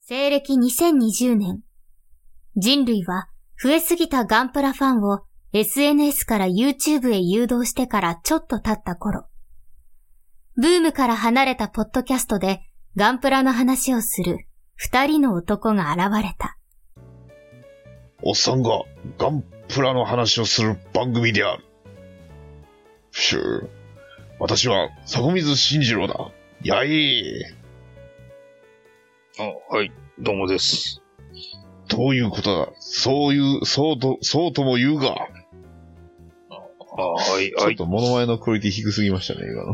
西暦2020年、人類は増えすぎたガンプラファンを SNS から YouTube へ誘導してからちょっと経った頃、ブームから離れたポッドキャストでガンプラの話をする二人の男が現れた。おっさんがガンプラの話をする番組である。ふぅ。私は、坂水慎次郎だ。やいあ、はい、どうもです。どういうことだそういう、そうと、そうとも言うが。あ、はい、ちはょっい。と物前のクオリティ低すぎましたね、今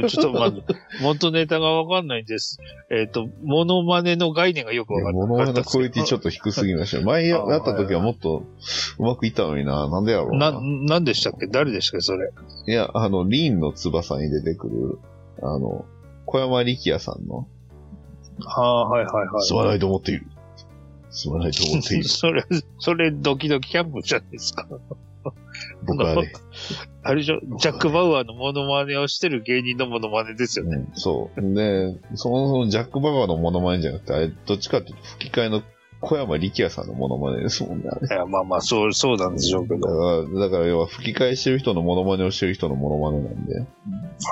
の。 ちょっとまず、元ネタがわかんないんです。えっ、と、モノマネの概念がよくわかんない。物前のクオリティちょっっと低すぎま したね。前やあーった時はもっとうまくいったのにな。なんでやろうな、な。なんでしたっけ誰でしたっけそれ。いや、あの、リーンの翼に出てくる、あの、小山力也さんの、ああ、はいはいはい。すまないと思っている。すまないと思っている。 それ、それ、ドキドキキャンプじゃないですか。僕はね、あれでしょジャック・バウアーのモノマネをしてる芸人のモノマネですよね。うん、そう。で、そもそもジャック・ババアのモノマネじゃなくて、あれ、どっちかっていうと吹き替えの小山力也さんのモノマネですもんね。あれいやまあまあ、そう、そうなんでしょうけど。だはから、だから要は吹き替えしてる人のモノマネをしてる人のモノマネなんで。い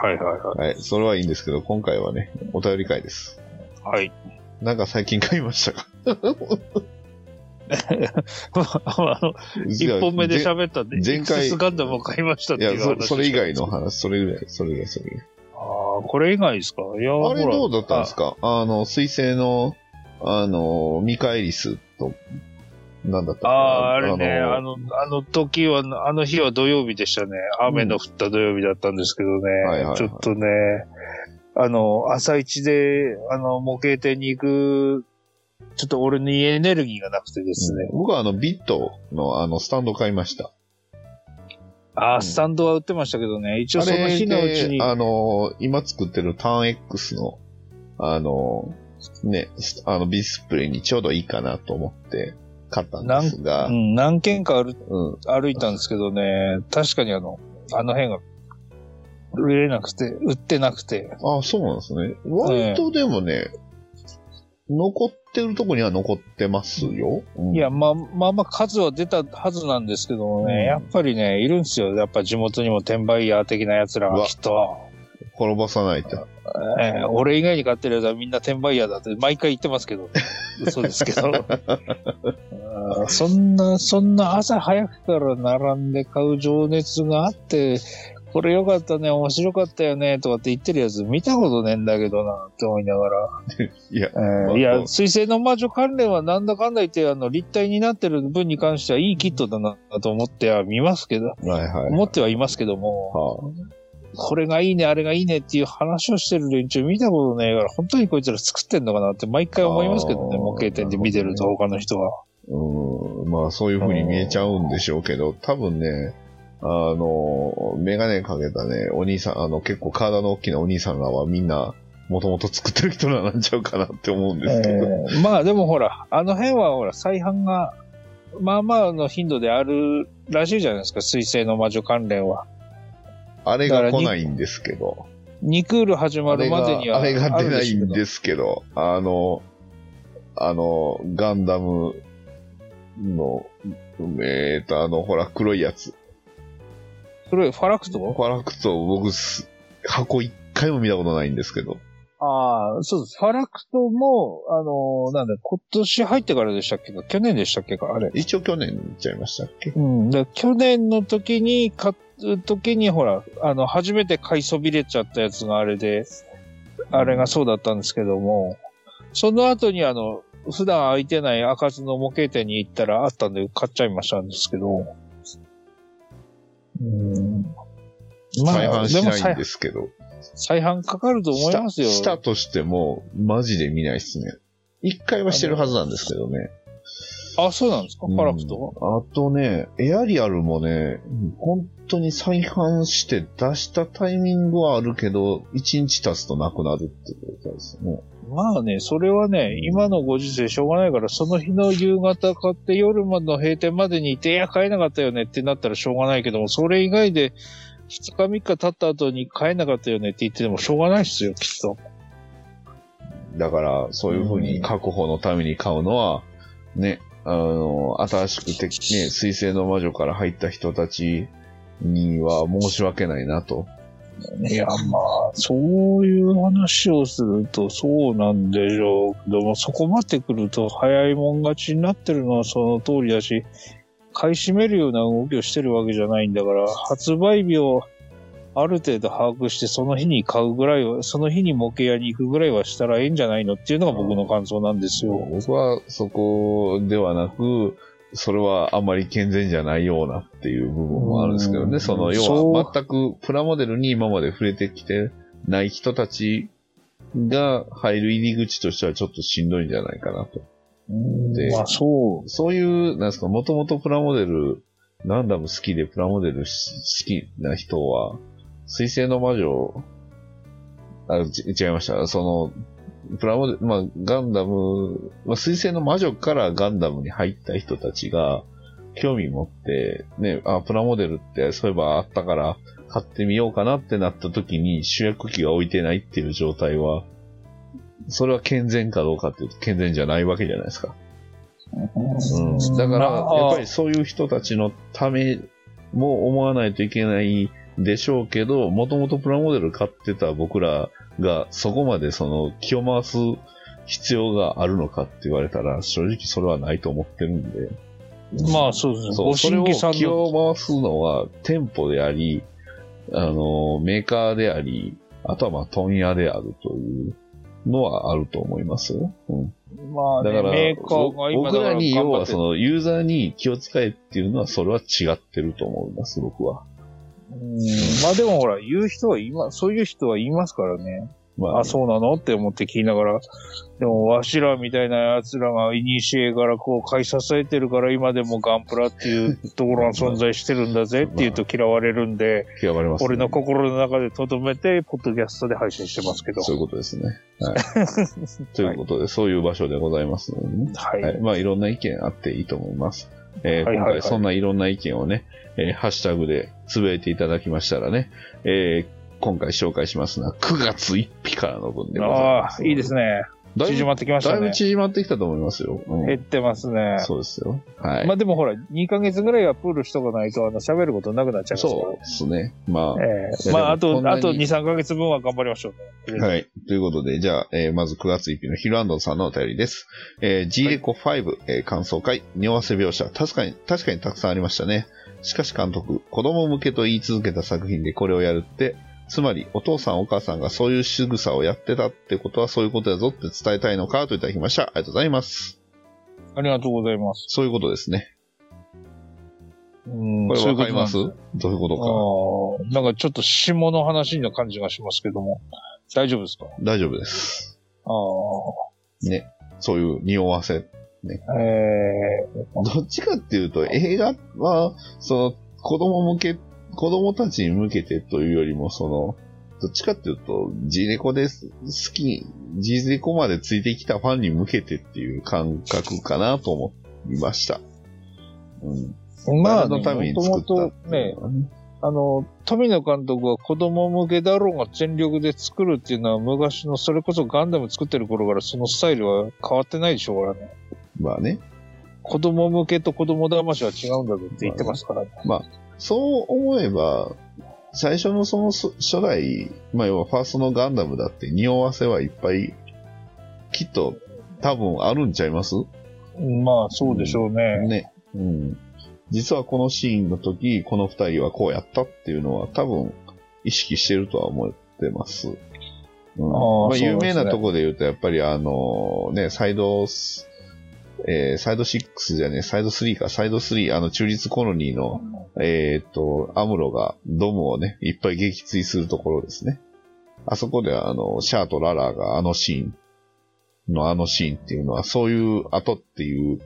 はいははい、それはいいんですけど、今回はね、お便り会です。い。はい。 なんか最近買いましたかあの、一本目で喋ったんで、前回 X ガンダムを買いましたっいていやう話そ、それ以外の話、それぐらい、それぐらい、それぐらい。ああ、これ以外ですかいや、あれどうだったんですかかあの、水星の、あの、ミカエリスと、なんだったかあなあ、あれね、あの、あの時は、あの日は土曜日でしたね。雨の降った土曜日だったんですけどね。はいはいちょっとね、あの、朝一で、あの、模型店に行く、ちょっと俺にエネルギーがなくてですね。うん僕はあの、ビットのあの、スタンド買いました。うあんあ、スタンドは売ってましたけどね。一応あそのれ日のうちに。であの、今作ってるターン X の、あの、ね、スあの、ディスプレイにちょうどいいかなと思って買ったんですが、ううんん、何軒か歩うん、歩いたんですけどね、確かにあの、あの辺が売れなくて、売ってなくて。あ、そうなんですね。割とでもね、残ってるとこには残ってますよ。うんいや、まあ、まあまあ数は出たはずなんですけどもね、うんやっぱりね、いるんですよ。やっぱ地元にも転売ヤー的な奴らうがわきっと、転ばさないと。えー俺以外に買ってる奴はみんな転売ヤーだって毎回言ってます けど、嘘ですけど。あーそんな、そんな朝早くから並んで買う情熱があって、これ良かったね、面白かったよね、とかって言ってるやつ見たことねえんだけどな、って思いながら。いや、えまーあいやそう、水星の魔女関連はなんだかんだ言って、あの、立体になってる分に関してはいいキットだなと思っては見ますけど、はいはい。思ってはいますけども、はこれがいいね、あれがいいねっていう話をしてる連中見たことないから、本当にこいつら作ってんのかなって毎回思いますけどね、あー模型店で見てると、他の人は。あ、うん、まあそういう風に見えちゃうんでしょうけど、多分ね、あの、メガネかけたね、お兄さん、あの、結構体の大きなお兄さんらはみんな、もともと作ってる人らなんちゃうかなって思うんですけど。えーまあでもほら、あの辺はほら、再販が、まあまあの頻度であるらしいじゃないですか、水星の魔女関連は。あれが来ないんですけど。 2クール始まあるれまがでにはあれがあ出るでなしいょうけんどですけど、あの、あの、ガンダムの、えっ、と、あの、ほら、黒いやつ。黒いファラクトファラクト、僕す、箱一回も見たことないんですけど。ああ、そうです。ファラクトも、あのーなんだ、今年入ってからでしたっけか去年でしたっけかあれ。一応去年行っちゃいましたっけうん。だ去年の時に買う時に、ほら、あの、初めて買いそびれちゃったやつがあれで、あれがそうだったんですけども、その後にあの、普段空いてない赤津の模型店に行ったらあったんで買っちゃいましたんですけど、うん。ま再あ、販しでもないん再ですけど。再販かかると思いますよ。したしたとしても、マジで見ないっすね。一回はしてるはずなんですけどね。あ、そうなんですかファラクトうは、んあとね、エアリアルもね、本当に再販して出したタイミングはあるけど、1日経つとなくなるってことですね。まあね、それはね、今のご時世しょうがないから、その日の夕方買って夜までの閉店までにいて、いや、買えなかったよねってなったらしょうがないけども、それ以外で2日3日経った後に買えなかったよねって言っててもしょうがないっすよ、きっと。だから、そういうふうに確保のために買うのは、ね、あの、新しくて、ね、水星の魔女から入った人たちには申し訳ないなと。いや、まあ、そういう話をするとそうなんでしょうけども、そこまで来ると早いもん勝ちになってるのはその通りだし、買い占めるような動きをしてるわけじゃないんだから、発売日をある程度把握して、その日に買うぐらいは、その日に模型屋に行くぐらいはしたらええんじゃないのっていうのが僕の感想なんですよ。僕はそこではなく、それはあまり健全じゃないようなっていう部分もあるんですけどうね。んその、要そうは全くプラモデルに今まで触れてきてない人たちが入る入り口としてはちょっとしんどいんじゃないかなと。でまあ、そう。そういう、なんですか、もともとプラモデル、ガンダム好きでプラモデルし好きな人は、水星の魔女、あ、ち違いました。その、プラモデル、まあ、ガンダム、まあ、水星の魔女からガンダムに入った人たちが、興味持って、ね、あ、プラモデルってそういえばあったから、買ってみようかなってなった時に主役機が置いてないっていう状態は、それは健全かどうかっていうと健全じゃないわけじゃないですか。うんだから、まあやっぱりそういう人たちのためも思わないといけないでしょうけど、もともとプラモデル買ってた僕らが、そこまでその気を回す必要があるのかって言われたら、正直それはないと思ってるんで。まあ、そうですね。そう、ごそれ新を規さん気のを回すのは店舗であり、あの、メーカーであり、あとはまあ問屋であるというのはあると思いますよ。うんまあね、だから、メーカーが今だ僕かららに、要頑張はってその、ユーザーに気を使えっていうのは、それは違ってると思います、僕は。うんまあでもほら、言う人は今、そういう人は言いますからね。まあ、そうなのって思って聞きながら、でもわしらみたいな奴らがイニシエからこう買い支えてるから今でもガンプラっていうところが存在してるんだぜっていうと嫌われるんで、極まれます、俺の心の中で留めて、ポッドキャストで配信してますけど。そういうことですね。はい。 ということで、そういう場所でございますのでね。はい。はい。まあ、いろんな意見あっていいと思います。えーはいはいはい今回、そんないろんな意見をね、えーハッシュタグでつぶやいていただきましたらね、えー今回紹介しますのは、9月1日からの分でございまあす。あ、いいですね。ね。だい縮ぶ、まってきましだたいぶね。縮まってきたと思いますよ。うん減ってますね。そうですよ。はい。まあでもほら、2ヶ月ぐらいはプールしとかないと、あの、喋ることなくなっちゃいますから。そうですね。まえいえやまあ、あでもこんと、なにあと2、3ヶ月分は頑張りましょうね。とりあ、あえはい。ということで、じゃあ、えーまず9月1日のヒルアンドさんのお便りです。えー、G レコ5、えー感想会、匂わせ描写。確かに、確かにたくさんありましたね。しかし監督、子供向けと言い続けた作品でこれをやるって、つまり、お父さんお母さんがそういう仕草をやってたってことはそういうことだぞって伝えたいのかといただきました。ありがとうございます。ずありがとうございます。そういうことですね。うんこれわかりますそういうこどういうことか。となんですああなんかちょっと下の話な感じがしますけども。大丈夫ですか大丈夫です。ああ。ね。そういう匂わせええどっちかっていうと、映画は、その、子供向け、子供たちに向けてというよりも、その、どっちかっていうと、ジレコです好き、ジレコまでついてきたファンに向けてっていう感覚かなと思いました。うん。まあ、誰のためにもと作もったってといねう、のはね。あの、富野監督は子供向けだろうが全力で作るっていうのは昔の、それこそガンダム作ってる頃からそのスタイルは変わってないでしょうからね。まあね。子供向けと子供騙しは違うんだぞって言ってますからね。そう思えば、最初のそのそ初代、まあ要はファーストのガンダムだって匂わせはいっぱい、きっと多分あるんちゃいますまあ、そうでしょうね。ね。うん。実はこのシーンの時、この二人はこうやったっていうのは多分意識してるとは思ってます。うん、あーまあ、そうです有名ねなとこで言うと、やっぱりあの、ね、サイドス、えーサイド6じゃねえ、サイド3か、サイド3、あの、中立コロニーの、えーっと、アムロがドムをね、いっぱい撃墜するところですね。あそこであの、シャアとララがあのシーンのあのシーンっていうのは、そういう後っていう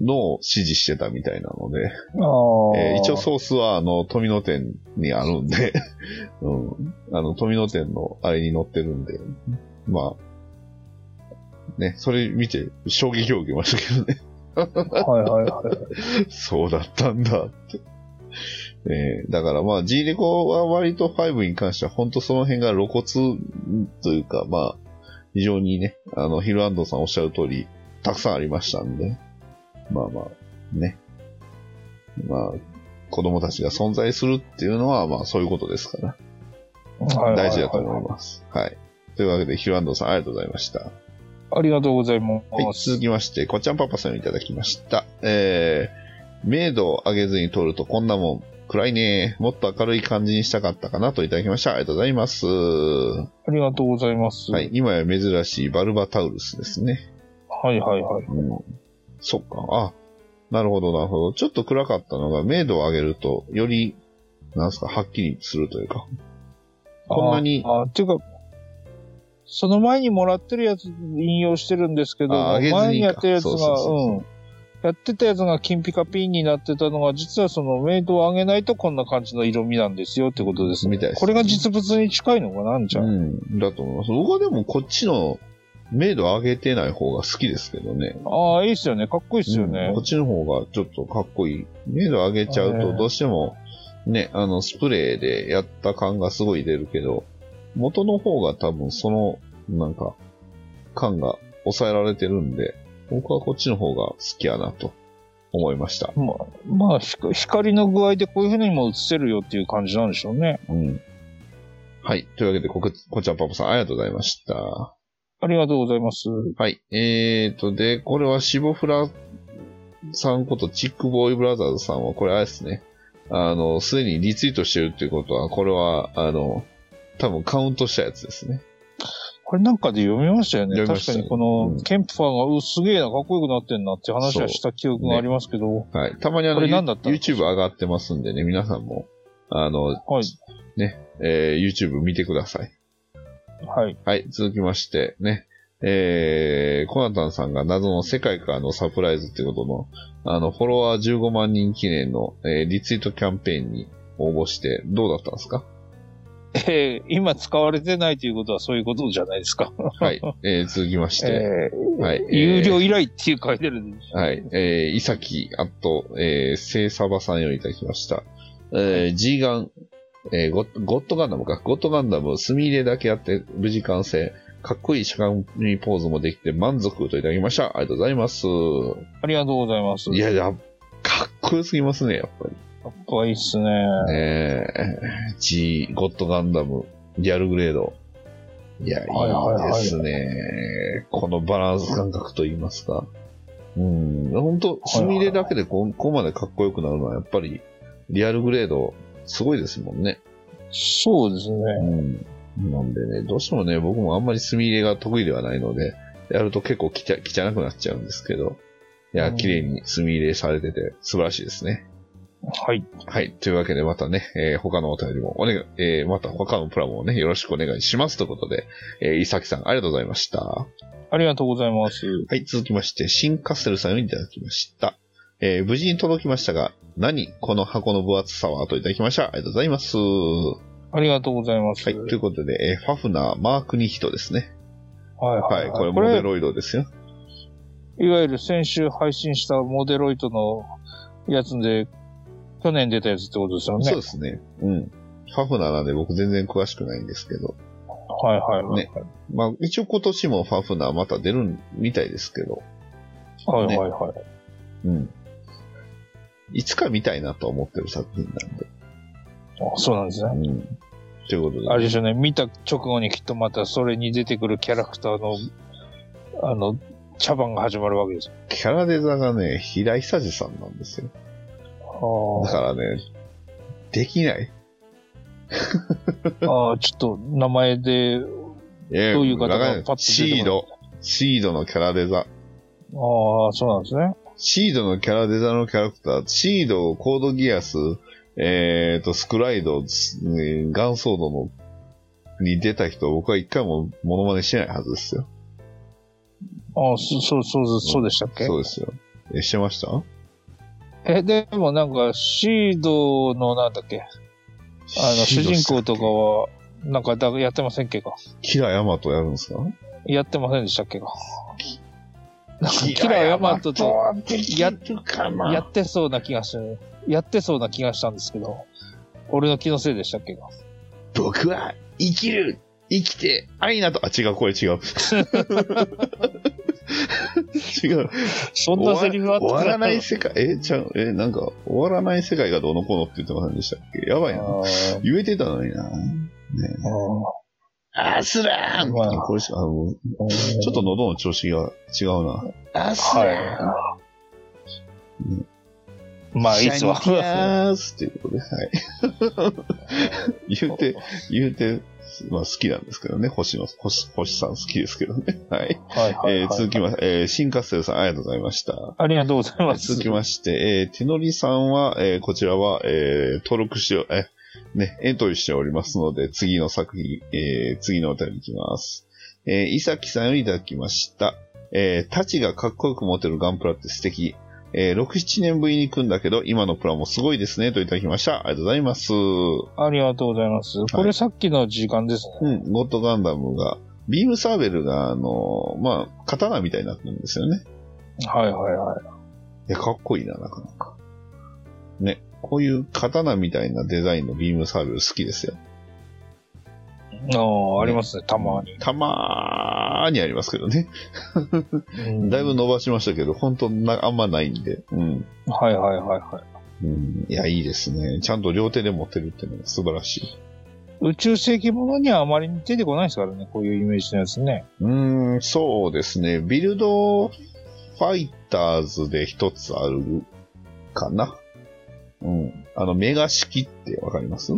のを指示してたみたいなので、あーえー一応ソースは、あの、富野店にあるんで、 うん。あの、富野店のあれに載ってるんで、まあ、ね、それ見て衝撃を受けましたけどね。はいはいはい。そうだったんだって。 えーだからまあ、G レコは割と5に関しては、本当その辺が露骨というか、まあ、非常にね、あの、ヒルアンドさんおっしゃる通り、たくさんありましたんで、まあまあ、ね。まあ、子供たちが存在するっていうのは、まあそういうことですから、はい大事だと思います。はい。というわけで、ヒルアンドさんありがとうございました。ありがとうございまはい、す。続きまして、こっちゃんパパさんをいただきました。えー、明度を上げずに撮るとこんなもん、暗いね。もっと明るい感じにしたかったかなといただきました。ありがとうございます。はありがとうございます。い、。今や珍しいバルバタウルスですね。はいはいはい。うん。そっか、あ、なるほどなるほど。ちょっと暗かったのが、明度を上げると、より、なんすか、はっきりするというか。こんなにああ、っていうか、その前にもらってるやつ引用してるんですけど、ああげずにか前にやってるやつそうが、。うそうそうそうんやってたやつが金ピカピンになってたのが、実はそのメイドを上げないとこんな感じの色味なんですよってことですね。みたいですねこれが実物に近いのかなじゃあ、うん、だと思います。僕はでもこっちの、明度を上げてない方が好きですけどね。ああ、いいっすよね。かっこいいっすようんねこっ。ちの方がちょっとかっこいい。明度上げちゃうあと、れどうしても、ね、あの、スプレーでやった感がすごい出るけど、元の方が多分その、なんか、感が抑えられてるんで、僕はこっちの方が好きやなと思いました。まあ、まあ、ひか光の具合でこういうふうにも映せるよっていう感じなんでしょうね。うん。はい。というわけで、こくこちゃんパパさん、ありがとうございました。ありがとうございます。はい。えーと、で、これはシボフラさんことチックボーイブラザーズさんは、これあれですね。あの、すでにリツイートしてるっていうことは、これは、あの、多分カウントしたやつですね。これなんかで読みましたよね。読みま確したかよにこの、うんケンプファーが、うすげえな、かっこよくなってんなって話はした記憶がありますけど、はい。たまにあの、これ You- 何だったの YouTube 上がってますんでね、皆さんも、あの、はい、えー YouTube 見てください。はい。はい。続きまして、ね。えー、コナタンさんが謎の世界からのサプライズってことの、あの、フォロワー15万人記念の、えーリツイートキャンペーンに応募して、どうだったんですかえー今使われてないということはそういうことじゃないですか。はい。えー続きましえて、ーはい。有料え依頼っていう書いてるんで、ーはい。えー、いさき、あと、えー、せいさばさんよりいただきました。えー、G ガン、えーゴッ、ゴッドガンダムか。ゴッドガンダム、墨入れだけやって、無事完成。かっこいいしゃがみポーズもできて満足といただきました。ありがとうございます。ありがとうございます。いややいや、かっこよすぎますね、やっぱり。っぱいいっすね。えー、G、ゴッドガンダム、ギャルグレード。いや、いはいはいいはいですね。このバランス感覚と言いますか。うん、本当いはい墨入れだけでこここまでかっこよくなるのは、やっぱり、リアルグレード、すごいですもんね。そうですね。うん。なんでね、どうしてもね、僕もあんまり墨入れが得意ではないので、やると結構きちゃ汚くなっちゃうんですけど、いうや、ん綺麗に墨入れされてて、素晴らしいですね。はい。はい。というわけで、またね、えー他のお便りもお願い、えーまた他のプラモもね、よろしくお願いします。ということで、えー、いさきさん、ありがとうございました。はありがとうございます。い。続きまして、シンカッセルさんをいただきました。えー無事に届きましたが、何この箱の分厚さはといただきました。ありがとうございます。はありがとうございます。い。ということで、えーファフナーマークニヒトですね。はいははいい。はいこれ、こモデれ、ロイドですよ。いわゆる先週配信したモデロイトのやつで、去年出たやつってことですよね。そうですね。うん。ファフナーなんで僕全然詳しくないんですけど。はいはいはい。ねまあ、一応今年もファフナーまた出るみたいですけど。はいはいはい。うん。いつか見たいなと思ってる作品あそうなんですね。なんで。うん。ということで。あれですよね、見た直後にきっとまたそれに出てくるキャラクターの、あの、茶番が始まるわけですよ。キャラデザがね、平井久志さんなんですよ。だからね、できない。ああ、ちょっと名前で、えどういう方がわかんないパッとシ出てーこなド。シードのキャラデザ。ああ、そうなんですね。シードのキャラデザのキャラクター、シード、コードギアス、えーと、スクライド、すえーガンソードの、に出た人、僕は一回もモノマネしてないはずですよ。ああ、そ、そう、そう、そうでしたっけ、そうですよ。え、してましたえ、でもなんか、シードのなんだっけあの、主人公とかは、なんかだ、やってませんっけかキラヤマトやるんですかやってませんでしたっけかキキラヤマトとやってるかなやってそうな気がする。やってそうな気がしたんですけど、俺の気のせいでしたっけか僕は生きる生きて、アイナと、あ、違う、声違う。 違う。そんなセリフあった終わらない世界、え、ちゃう、え、なんか、終わらない世界がどうのこうのって言ってませんでしたっけやばいな。あ言えてたのにな。ーあアスラーンまあこれしあもうーちょっと喉の調子が違うな。アスラーンまあ、いつは。シャイニーティアーズっていうことで、はい。 言うて、言うて、まあ好きなんですけどね、星野、星、星さん好きですけどね。 はい。はいはいはいえー続きまして、えー、新活性さんありがとうございました。ありがとうございます。続きまして、えー、手のりさんは、えーこちらは、えー登録して、えーね、エントリーしておりますので、次の作品、えー次のお便りいきます。えー、いさきさんよりいただきました。えー、タチがかっこよく持てるガンプラって素敵。えー、6、7年ぶりに組んだけど、今のプラもすごいですね、といただきました。ありがとうございます。うありがとうございます。これさっきの時間ですね。ん、ゴッドガンダムが、ビームサーベルが、あのーまあ、刀みたいになってるんですよね。はいはいはいい。や、かっこいいな、なかなか。ね、こういう刀みたいなデザインのビームサーベル好きですよ。ああ、ありますね、たまに。たまーにありますけどね。うんだいぶ伸ばしましたけど、本当な、あんまないんで。うん。はいはいはいはい。うん、いや、いいですね。ちゃんと両手で持ってるっていうのが素晴らしい。宇宙世紀ものにはあまり出てこないですからね、こういうイメージのやつね。うーん、そうですね。ビルドファイターズで一つあるかな。うん。あの、メガ式ってわかります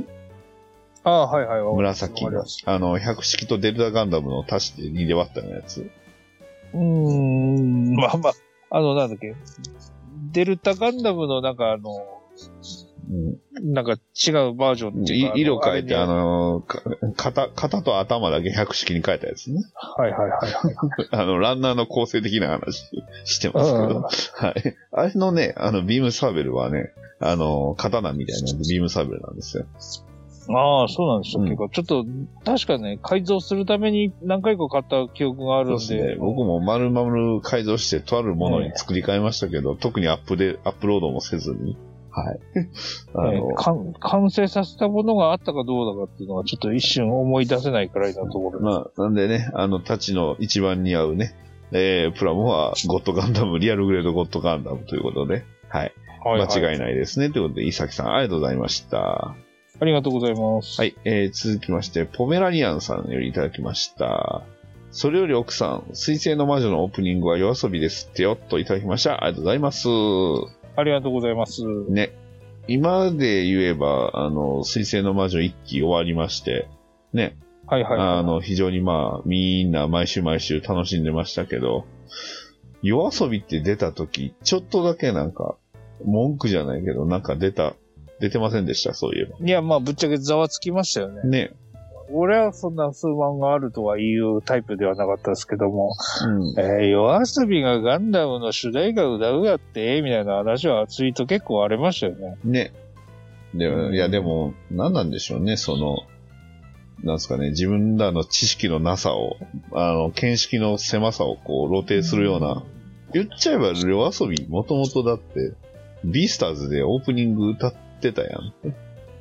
ああ、はいはい。紫わかりのま。すあの、百式とデルタガンダムの足して2で割ったようなやつ。うーん、まあまあ、あの、なんだっけ。デルタガンダムのなんかあの、うん、なんか違うバージョンっていうか。い色変えて、あの。の、か肩、肩と頭だけ百式に変えたやつね。はいはいはいはい。あの、ランナーの構成的な話してますけうんうんど。はい。あれのね、あの、ビームサーベルはね、あの、刀みたいなビームサーベルなんですよ。ああ、そうなんですよ、うん結構。ちょっと、確かね、改造するために何回か買った記憶があそるうんでで。すね。僕も丸々改造して、とあるものに作り変えましたけど、特にアップで、アップロードもせずに。はい。 あえのー、完完成させたものがあったかどうだかっていうのはちょっと一瞬思い出せないくらいなところ。まあ、なんでね、あの、タチの一番似合うね、えー、プラモは、ゴッドガンダム、リアルグレードゴッドガンダムということで、はい。はい間違い。いないですね。ということで、伊崎さん、ありがとうございました。ありがとうございます。はい、えー、続きまして、ポメラニアンさんよりいただきました。それより奥さん、水星の魔女のオープニングは夜遊びですってよ、といただきました。ありがとうございます。ありがとうございます。ね。今で言えば、あの、水星の魔女一期終わりまして、ね、はいはい。あの、非常にまあ、みんな毎週毎週楽しんでましたけど、夜遊びって出た時、ちょっとだけなんか、文句じゃないけど、なんか出た、出てませんでした、そういえば。いや、まあ、ぶっちゃけざわつきましたよね。ね。俺はそんな数万があるとはいうタイプではなかったですけども、うんえ。ー、夜遊びがガンダムの主題歌歌うやって、みたいな話はツイート結構荒れましたよね。ね。でいや、でも、何なんでしょうね、その、なんですかね、自分らの知識のなさを、あの、見識の狭さをこう、露呈するような、言っちゃえば、夜遊び、もともとだって、ビースターズでオープニング歌ってたやん。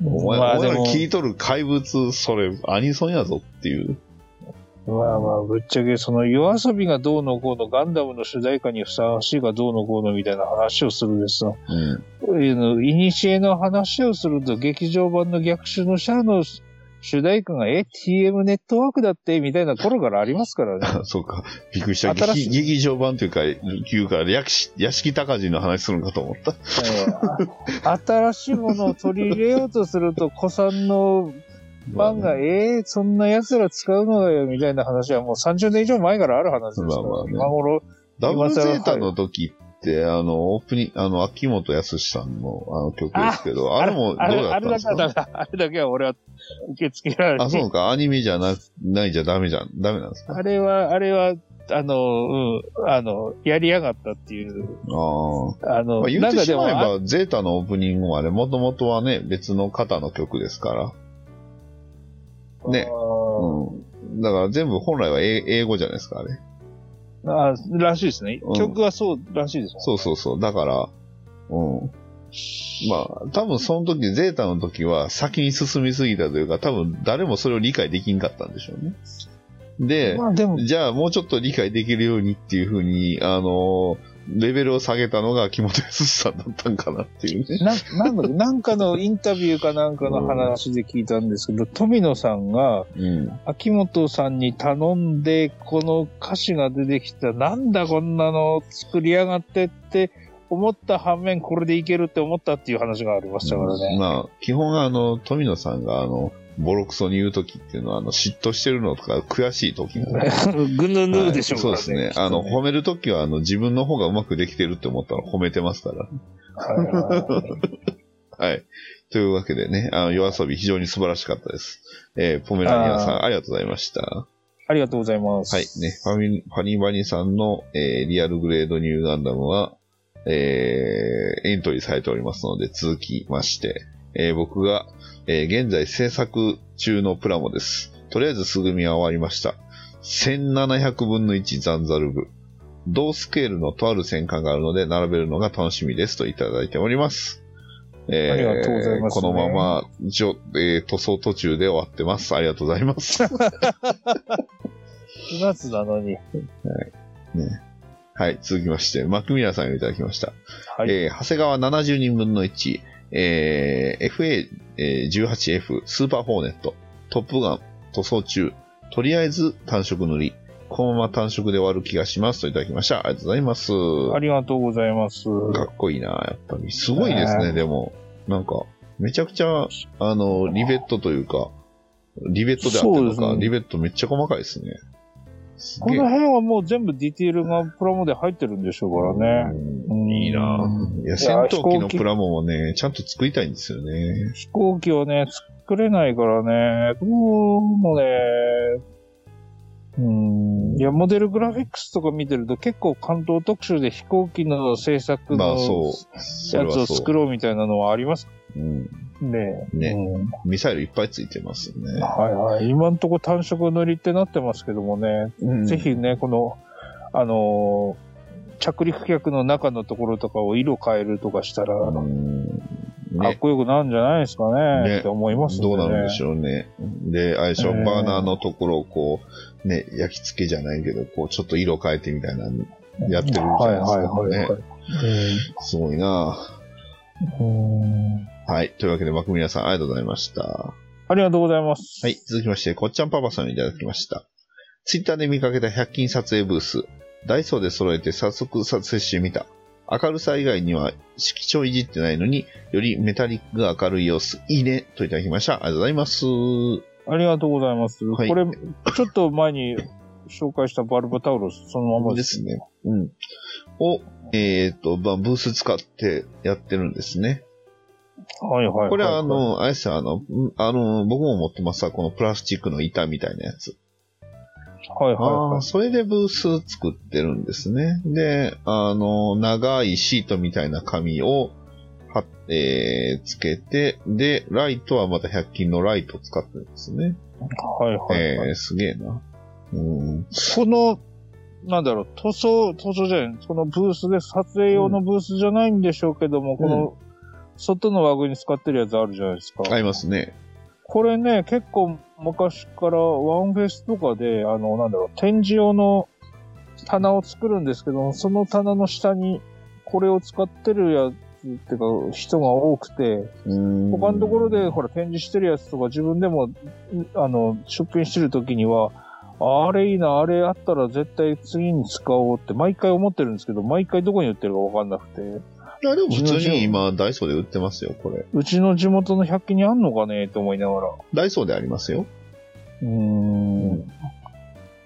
お前,、まあおで前らも、聞いとる怪物、それ、アニソンやぞっていう。まあまあ、ぶっちゃけその夜遊びがどうのこうの、ガンダムの主題歌にふさわしいがどうのこうのみたいな話をするんですよ。うん。いの、いにしえの話をすると、劇場版の逆襲のシャアの主題歌が、え、TM ネットワークだって、みたいな頃からありますからね。 あ そうか。びっくりした。新し劇い劇場版というか、いうか、屋敷屋敷隆人の話するんかと思った。ええ新しいものを取り入れようとすると、古参のファンが、えー、そんな奴ら使うのだよ、みたいな話はもう30年以上前からある話ですから、まあまあね今頃、ダブルゼータの時って、あの、オープニング、あの、秋元康さんのあの曲ですけど、あれもどうあれだったあんれでだすけは かダメだ。あれだけは俺は受け付けられない。あ、そうか、アニメじゃな、ないじゃダメじゃん、ダメなんですかああれは、あれは、あの、うん、あの、やりやがったっていう、あ。あの、まあ、言なっんてかしでもまえば、あゼータのオープニングもあれ、もともとはね、別の方の曲ですから。ね。うん。だから全部本来は英英語じゃないですか、あれ。あらしいですねう。ん曲はそうらしいですもん。そうそうそう。だから、うん。まあ、多分その時、ゼータの時は先に進みすぎたというか、多分誰もそれを理解できんかったんでしょうね。で、まあでも、じゃあもうちょっと理解できるようにっていうふうに、あのーレベルを下げたのが木本康さんだったんかなっていうね。ななんだっけなんかのインタビューかなんかの話で聞いたんですけど、富野さんがうん。秋元さんに頼んで、この歌詞が出てきた、なんだこんなの作りやがってって思った反面、これでいけるって思ったっていう話がありましたからね。まあ、基本はあの、富野さんがあの、ボロクソに言う時っていうのは、あの、嫉妬してるのとか、悔しい時の、ぐぬぬでしょうかはいそうらね。ですねきっ。とあの、褒めるときは、あの、自分の方がうまくできてるって思ったら褒めてますから。はいはいはいはい。というわけでね、あの、夜遊び非常に素晴らしかったです。えーポメラニアンさん、あありがとうございました。ありがとうございます。はい。ね、ファミ、ファニバニさんの、えーリアルグレードニューガンダムは、えーエントリーされておりますので、続きまして、えー僕が、えー現在制作中のプラモです。とりあえず素組みは終わりました。1700分の1ザンザルブ。同スケールのとある戦艦があるので、並べるのが楽しみですといただいております。えありがとうございますねこのまま、じょえー塗装途中で終わってます。ありがとうございます。 9月なのに。はい、続きまして、マクミラーさんよりいただきました。はい。えー長谷川70人分の1、えー FA18F、スーパーフォーネット、トップガン、塗装中、とりあえず単色塗り、このまま単色で終わる気がしますといただきました。ありがとうございます。ありがとうございます。かっこいいな、やっぱり。すごいですね、ねでも。なんか、めちゃくちゃ、あの、リベットというか、リベットであったりとそうでか、すねリベットめっちゃ細かいですね。すこげえの辺はもう全部ディティールがプラモで入ってるんでしょうからね。うんいいなぁいや、戦闘機飛の行機プラモもね、ちゃんと作りたいんですよね。飛行機はね、作れないからね、どうもね、うん、いや、モデルグラフィックスとか見てると結構関東特集で飛行機の制作まのあ、やそう。それつをはそ作ろうみたいなのはありますう。うん。ね。ねうんミサイルいっぱいついてますよね。はいはい。今んとこ単色塗りってなってますけどもね、うんぜひね、この、あのー着陸客の中のところとかを色変えるとかしたら、うんかっね、こよくなるんじゃないですかねねって思いますどうなるんでしょょうね。で、相性えーバーナーのところをこう、ね、焼き付けじゃないけど、こう、ちょっと色変えてみたいなのやってるじゃはいないですはいか、はいねは。い。すごいなうんぁはい。というわけで、マクミラさん、ありがとうございました。ありがとうございます。はい、続きまして、こっちゃんパパさんにいただきました。ツイッターで見かけた100均撮影ブース。ダイソーで揃えて早速撮影してみた。明るさ以外には色調いじってないのによりメタリックが明るい様子。いいねといただきました。ありがとうございます。ありがとうございます。はいこれ、ちょっと前に紹介したバルブタオル、そのままでです。すね。うん。を、えっ、と、まあ、ブース使ってやってるんですね。はいはいい。これはあ、の、あれですよ、あの、うんあの、僕も持ってますわ。このプラスチックの板みたいなやつ。はいあはあ、それでブース作ってるんですね。で、あの、長いシートみたいな紙を、は、えー、つけて、で、ライトはまた100均のライトを使ってるんですね。い。はいはいはい。えー、すげえな。うん。この、なんだろう、塗装、塗装じゃない、このブースで、撮影用のブースじゃないんでしょうけども、この、外の枠に使ってるやつあるじゃないですか。ありますね。これね、結構昔からワンフェスとかで、あの、なんだろう、展示用の棚を作るんですけど、その棚の下にこれを使ってるやつっていうか、人が多くて、うん。他のところで、ほら、展示してるやつとか、自分でも、あの、出品してる時には、あれいいな、あれあったら絶対次に使おうって毎回思ってるんですけど、毎回どこに売ってるかわかんなくて、いや、でも普通に今、ダイソーで売ってますよ、これ。うちの地元の100均にあんのかねと思いながら。ダイソーでありますよ。うーん。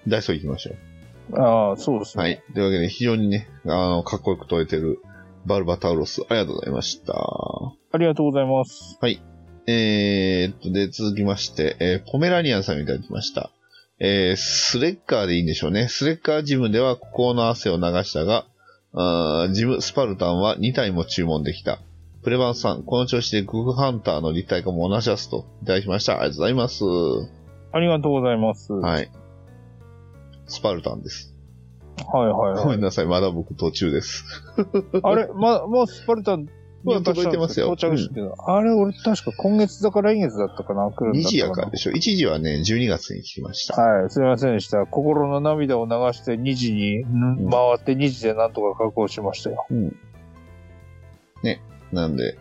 ダイソー行きましょああ、そうですう。ね。はい。というわけで、非常にね、あの、かっこよく撮れてる、バルバタウロス、ありがとうございました。ありがとうございます。えーっと、で、続きまして、えーポメラニアンさんいただきました。えースレッカーでいいんでしょうね。スレッカージムではここの汗を流したが、あージムスパルタンは2体も注文できた。プレバンさん、この調子でググハンターの立体化も同じやすといただきました。ありがとうございます。ありがとうございます。はい、はい。スパルタンです。はい、ごはめんなさい、まだ僕途中です。い。あれ、ま、もうスパルタンまあ届いてますよ到着してたあれ、俺確か今月だか来月だったかな、来る2んだった時やかな。らでしょ。1時はね、12月に聞きました。はい、すいませんでした。心の涙を流して2時にん回って2時でなんとか確保しましたよ。なんで、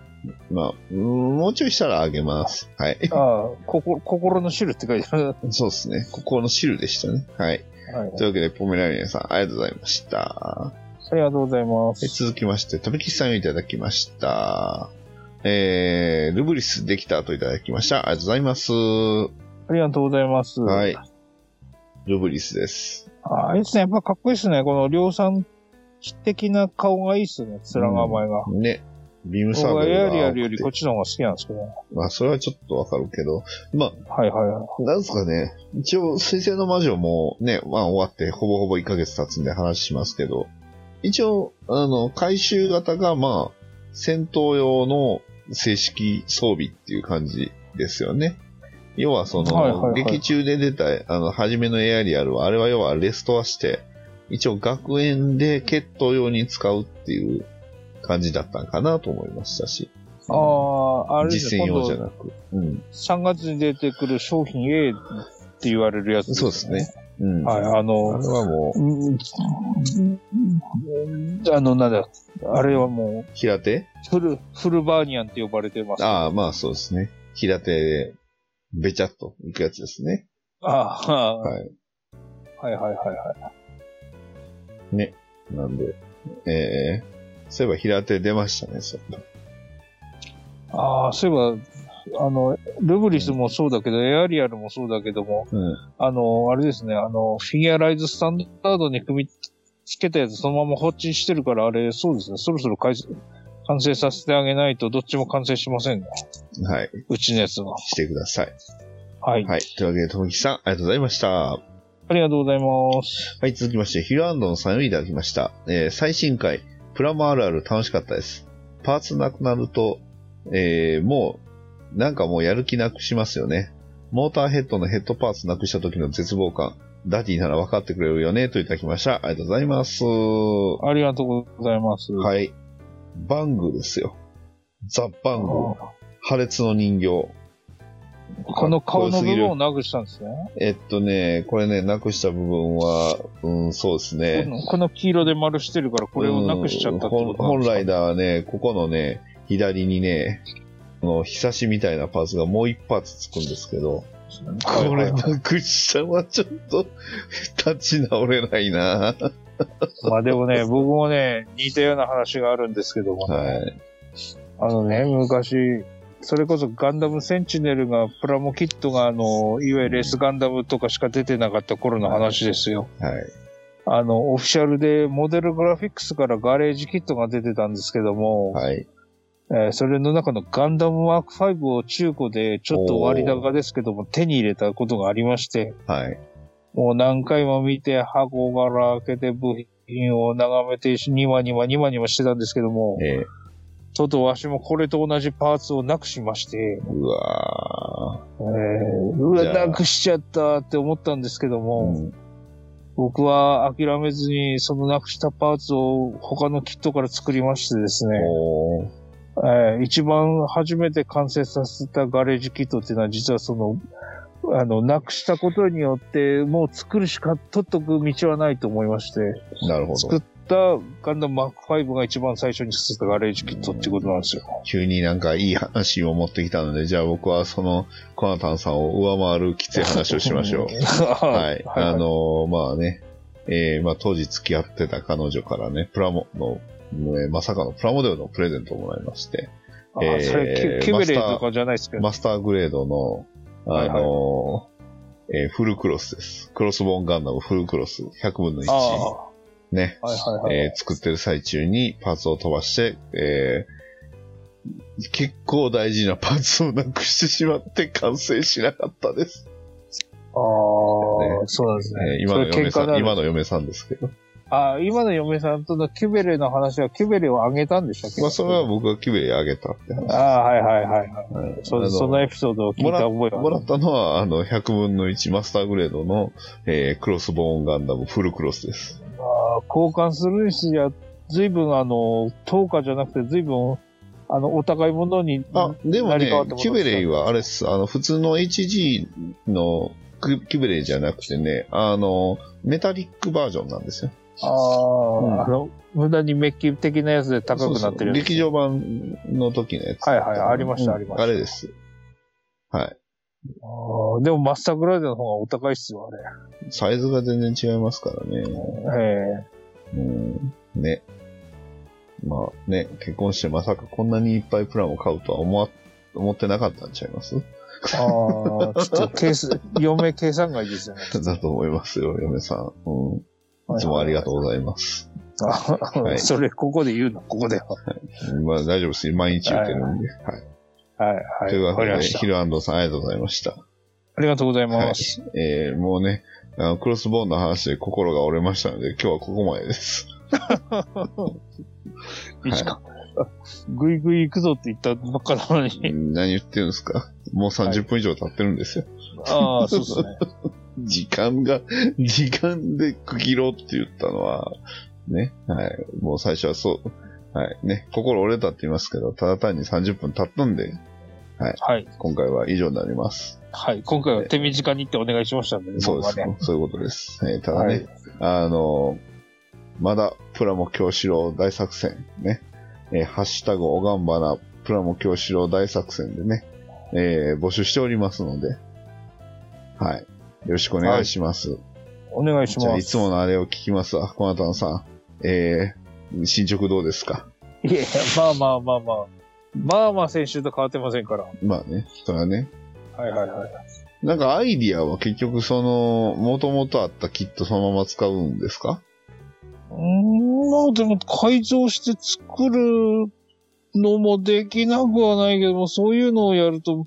まあ、うんもうちょいしたらあげます。はい。ああ、心心の汁って書いてある。そうですね。ここの汁でしたね。はい。はいというわけで、ポメラニアンさん、ありがとうございました。ありがとうございまえす。続きまして、とびきちさんをいただきました。えー、ルブリスできたといただきました。ありがとうございます。ありがとうございます。はい。ルブリスです。あれですね、やっぱかっこいいですね。この量産的な顔がいいですね、面構えが。ね。ビーム僕サーベはエルアリがア多ルよりく。こってちの方が好きなんですけどね。まあ、それはちょっとわかるけど。まあ、はいはいはい。なんすかね、一応、水星の魔女もね、まあ終わって、ほぼほぼ1ヶ月経つんで話しますけど、一応、あの、回収型が、まあ、戦闘用の正式装備っていう感じですよね。要は、その、はいはいはい劇中で出た、あの、初めのエアリアルは、あれは要はレストアして、一応学園で決闘用に使うっていう感じだったんかなと思いましたし。ああ、あれです実ね、践今用じゃ度なく。うん。 3月に出てくる商品 A って言われるやつ、そうですね。。うん。はい、ああれの、はもう、うんあの、なんだ、あれはも平手う、フル、フルバーニアンって呼ばれてます。ああ、まあそうですね。平手で、べちゃっといくやつですね。あはーはいはいはいはい。い。なんで、えー、そういえば平手出ましたね、そういえばああ、そういえば、あの、ルブリスもそうだけど、エアリアルもそうだけども、うん。あの、あれですね、あの、フィギュアライズスタンダードに組み付けたやつそのまま放置してるから、あれ、そうですね、そろそろ完成完成させてあげないと、どっちも完成しませんね。はい。うちのやつは。してください。はい。はい。というわけで、ともきさん、ありがとうございました。ありがとうございます。はい、続きまして、ヒルアンドのさんよりいただきました。えー最新回、プラモあるある楽しかったです。パーツなくなると、えーもう、なんかもうやる気なくしますよね。モーターヘッドのヘッドパーツなくした時の絶望感。ダディなら分かってくれるよね、といただきました。ありがとうございます。はありがとうございます。い。い。バングですよ。ザ・バング。こ破裂の人形。のかっこ顔よのす部ぎる分をなくしたんですね。えっとね、これね、なくした部分は、うん、そうですね。このこの黄色で丸してるから、これをなくしちゃったってうんほこんとなん本ですか来だはね、ここのね、左にね、この、ひさしみたいなパーツがもう一発つくんですけど、はいこはいはれいなくしたはちょっと、立ち直れないな。まあでもね、僕もね、似たような話があるんですけどもね、はい。あのね、昔、それこそガンダムセンチネルが、プラモキットが、あの、いわゆる S ガンダムとかしか出てなかった頃の話ですよ。はい。あの、オフィシャルでモデルグラフィックスからガレージキットが出てたんですけども、はい。えーそれの中のガンダムワーク5を中古でちょっと割高ですけども手に入れたことがありまして、はい。もう何回も見て箱から開けて部品を眺めてニマニマニマニマしてたんですけども、えちょっとわしもこれと同じパーツをなくしまして、ー、うわえーうじわ、ゃあなくしちゃったって思ったんですけどーも、うん僕は諦めずにそのなくしたパーツを他のキットから作りましてですね、おーえー一番初めて完成させたガレージキットっていうのは実はその、あの、なくしたことによって、もう作るしか取っとく道はないと思いまして、なるほど。作ったガンダムマーク5が一番最初に作ったガレージキットっていうことなんですよ。急になんかいい話を持ってきたので、じゃあ僕はその、コナタンさんを上回るきつい話をしましょう。はい。はいあのーまあね、えーまあ当時付き合ってた彼女からね、プラモの、ねまさかのプラモデルのプレゼントをもらいまして、あえーそれキュ、キュベレーとかじゃないですけど。マスターグレードの、あのーえーフルクロスです。クロスボーンガンダムフルクロス100分のあ1。ね。あ、はいはいはい。えー作ってる最中にパーツを飛ばして、えー結構大事なパーツをなくしてしまって完成しなかったです。ああ、ねそうなんですねえー。今のそれ嫁喧嘩さ、になんる今の嫁さんですけど。あ今の嫁さんとのキュベレーの話は、キュベレーをあげたんでしたっけまあ、それは僕がキュベリあげたって話。ああ、はいはいはいはい。はいそあうのそのエピソードを聞いた覚えがあもらるっ。たのは、あの、100分の1マスターグレードの、えークロスボーンガンダムフルクロスです。ああ交換するにしや、随分あの、10日じゃなくて随分、あの、お互いものに、あ、でも成りね変わってもらった、キュベレイはあれっす、あの、普通の HG のキュキュベレイじゃなくてね、あの、メタリックバージョンなんですよ。ああ、うんあの、無駄にメッキ的なやつで高くなってるやつ劇場版の時のやつ。はいはいありましたうんありましたあれです。はい。あーでもマスターグライダーの方がお高いっすよ、あサイズが全然違いますからね。れ。ええうん。ね。まあね、結婚してまさかこんなにいっぱいプラモ買うとは思わ、思ってなかったんちゃいますああ、ちょっと計算、嫁計算外です よね。だと思いますよ、嫁さん。うん。いつもありがとうございます。あはい それ、ここで言うの、ここでは。まあ大丈夫です。毎日言ってるんで。はい。はい、はといい。うわわかけりで、ましたヒ。ルアンドさんありがとうございました。ありがとうございます。えー、もうね、あのクロスボーンの話で心が折れましたので、今日はここまでです。い一か。ぐいぐい行くぞって言ったばっかなのに。何言ってるんですかもう30分以上経ってるんですよ。ああ、そうですね。時間が、 時間で区切ろうって言ったのは、ね、はい、もう最初はそう、はい、ね、心折れたって言いますけど、ただ単に30分経ったんで、はい。今回は以上になります。はい。今回は手短にってお願いしましたんで、そうです、僕はね。そういうことです。えーただね、はい。あの、まだプラモ教師郎大作戦ね、えーハッシュタグおがんばなプラモ教師郎大作戦でね、えー募集しておりますので、はい。よろしくお願いします。お願いしじゃあ、まいす。つものあれを聞きますわ。コナタンさん。えー、進捗どうですかいや、まあまあまあまあ。まあまあ先週と変わってませんから。まあね、それはね。はいはいはい。なんかアイディアは結局その、もともとあったキットそのまま使うんですかうーん、まあでも改造して作るのもできなくはないけども、そういうのをやると、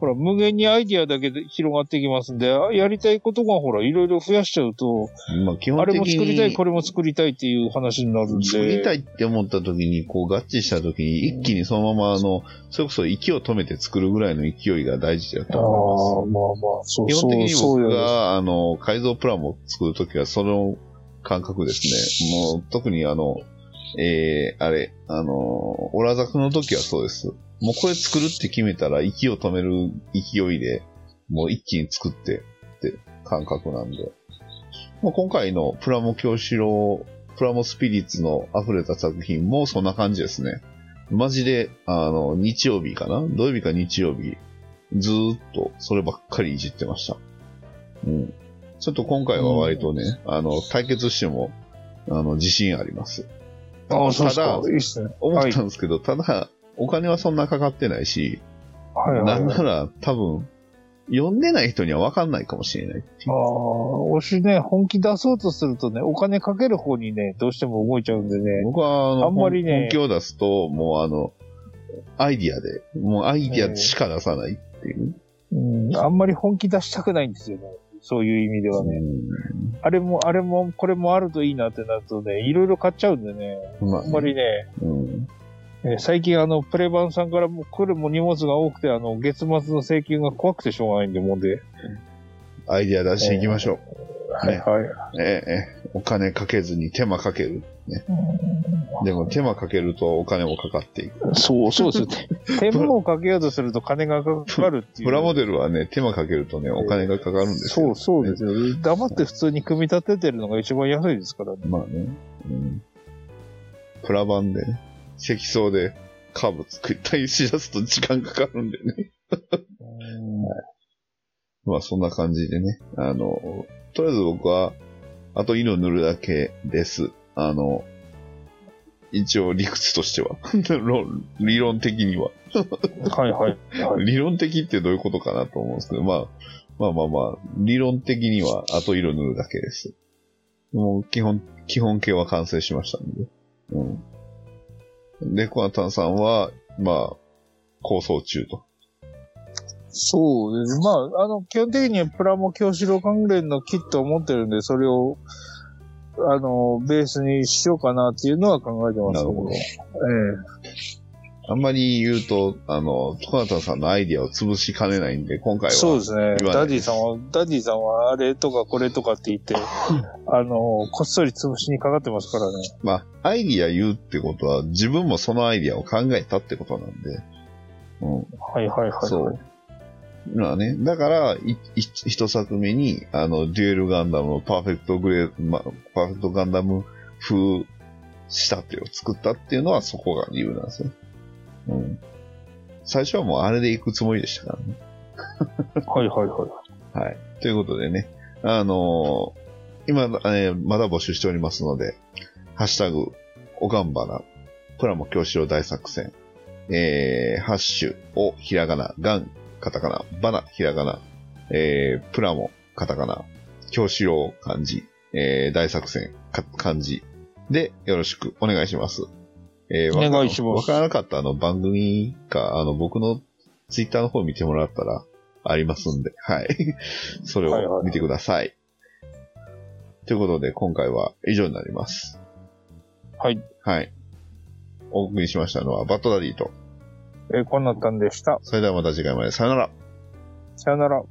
ほら、無限にアイディアだけで広がってきますんで、あやりたいことがほら、いろいろ増やしちゃうと、まあ基あ本的れに。も作りたい、これも作りたいっていう話になるんで。作りたいって思った時に、こう合致した時に、一気にそのまま、あの、それこそ息を止めて作るぐらいの勢いが大事だああ、とまあ思いまあ、そうます。基そ本的う、にそ僕うよが、あの、改造プランを作るときは、その感覚ですね。もう、特にあの、えー、あれ、あの、オラザクの時はそうです。もうこれ作るって決めたら、息を止める勢いで、もう一気に作ってって感覚なんで。まあ、今回のプラモ教師郎、プラモスピリッツの溢れた作品もそんな感じですね。マジで、あの、日曜日かな土曜日か日曜日、ずーっとそればっかりいじってました。うん。ちょっと今回は割とね、あの、対決しても、あの、自信あります。ああ、そうですたかだ。いいっすね。思ったんですけど、ただ、お金はそんなかかってないし、はいはい、なんはい。なら多分、読んでない人には分かんないかもしれない。ああ、推しね、本気出そうとするとね、お金かける方にね、どうしても動いちゃうんでね。僕は、あの、あんまり本ね気を出すと、もうあの、アイディアで、もうアイディアしか出さないっていう。うん、あんまり本気出したくないんですよね。そういう意味ではね。あれも、あれも、これもあるといいなってなるとね、いろいろ買っちゃうんでね。うんまああんまりね、うん。えー最近あの、プレバンさんからもう来るも荷物が多くて、あの、月末の請求が怖くてしょうがないんで、もんで。アイディア出していきましょう。はいはい。ええええお金かけずに手間かける。でも手間かけるとお金もかかっていく。そう、そうですよ ね。手間をかけようとすると金がかかるってい う。プラモデルはね、手間かけるとね、お金がかかるんですそよ。う、そうですよ。黙って普通に組み立ててるのが一番安いですからね。まあね。うん。プラ版で、ね、積層でカーブ作ったりしだすと時間かかるんでね。まあそんな感じでね。あの、とりあえず僕は、あと色塗るだけです。あの、一応理屈としては。 論理論的には。はいはい。はい理論的ってどういうことかなと思うんですけど、まあ、まあまあまあ、理論的にはあと色塗るだけです。もう基本、基本形は完成しましたんで。うん。で、コナタンさんは、まあ、構想中と。そうです。まあ、あの、基本的にはプラモ教師郎関連のキットを持ってるんで、それを、あの、ベースにしようかなっていうのは考えてますなけど。るほどえあんまり言うと、あの、トカタさんのアイディアを潰しかねないんで、今回は。そうですね。言わないダディさんは、ダディさんはあれとかこれとかって言って、あの、こっそり潰しにかかってますからね。まあ、アイディア言うってことは、自分もそのアイディアを考えたってことなんで。うん。はいはいはいはい。そう。まあね、だから、いい一作目に、あの、デュエルガンダムのパーフェクトグレー、ま、パーフェクトガンダム風仕立てを作ったっていうのはそこが理由なんですね。うん。最初はもうあれで行くつもりでしたからね。はいはいはい。はい。ということでね、あのー今、えーまだ募集しておりますので、ハッシュタグ、おがんばな、プラモ教師を大作戦、えー、ハッシュ、お、ひらがな、がん、カタカナ、ばな、ひらがな、えー、プラモ、カタカナ、教師を漢字、えー、大作戦、か漢字、で、よろしくお願いします。えわかお願いしまわすからなかったあの番組か、あの僕のツイッターの方見てもらったらありますんで、はい。 それを見てください。ということで、今回は以上になります。はい。はい。お送りしましたのは、バッドダディと、えーこんなったんでした。それではまた次回まで、さよなら。さよなら。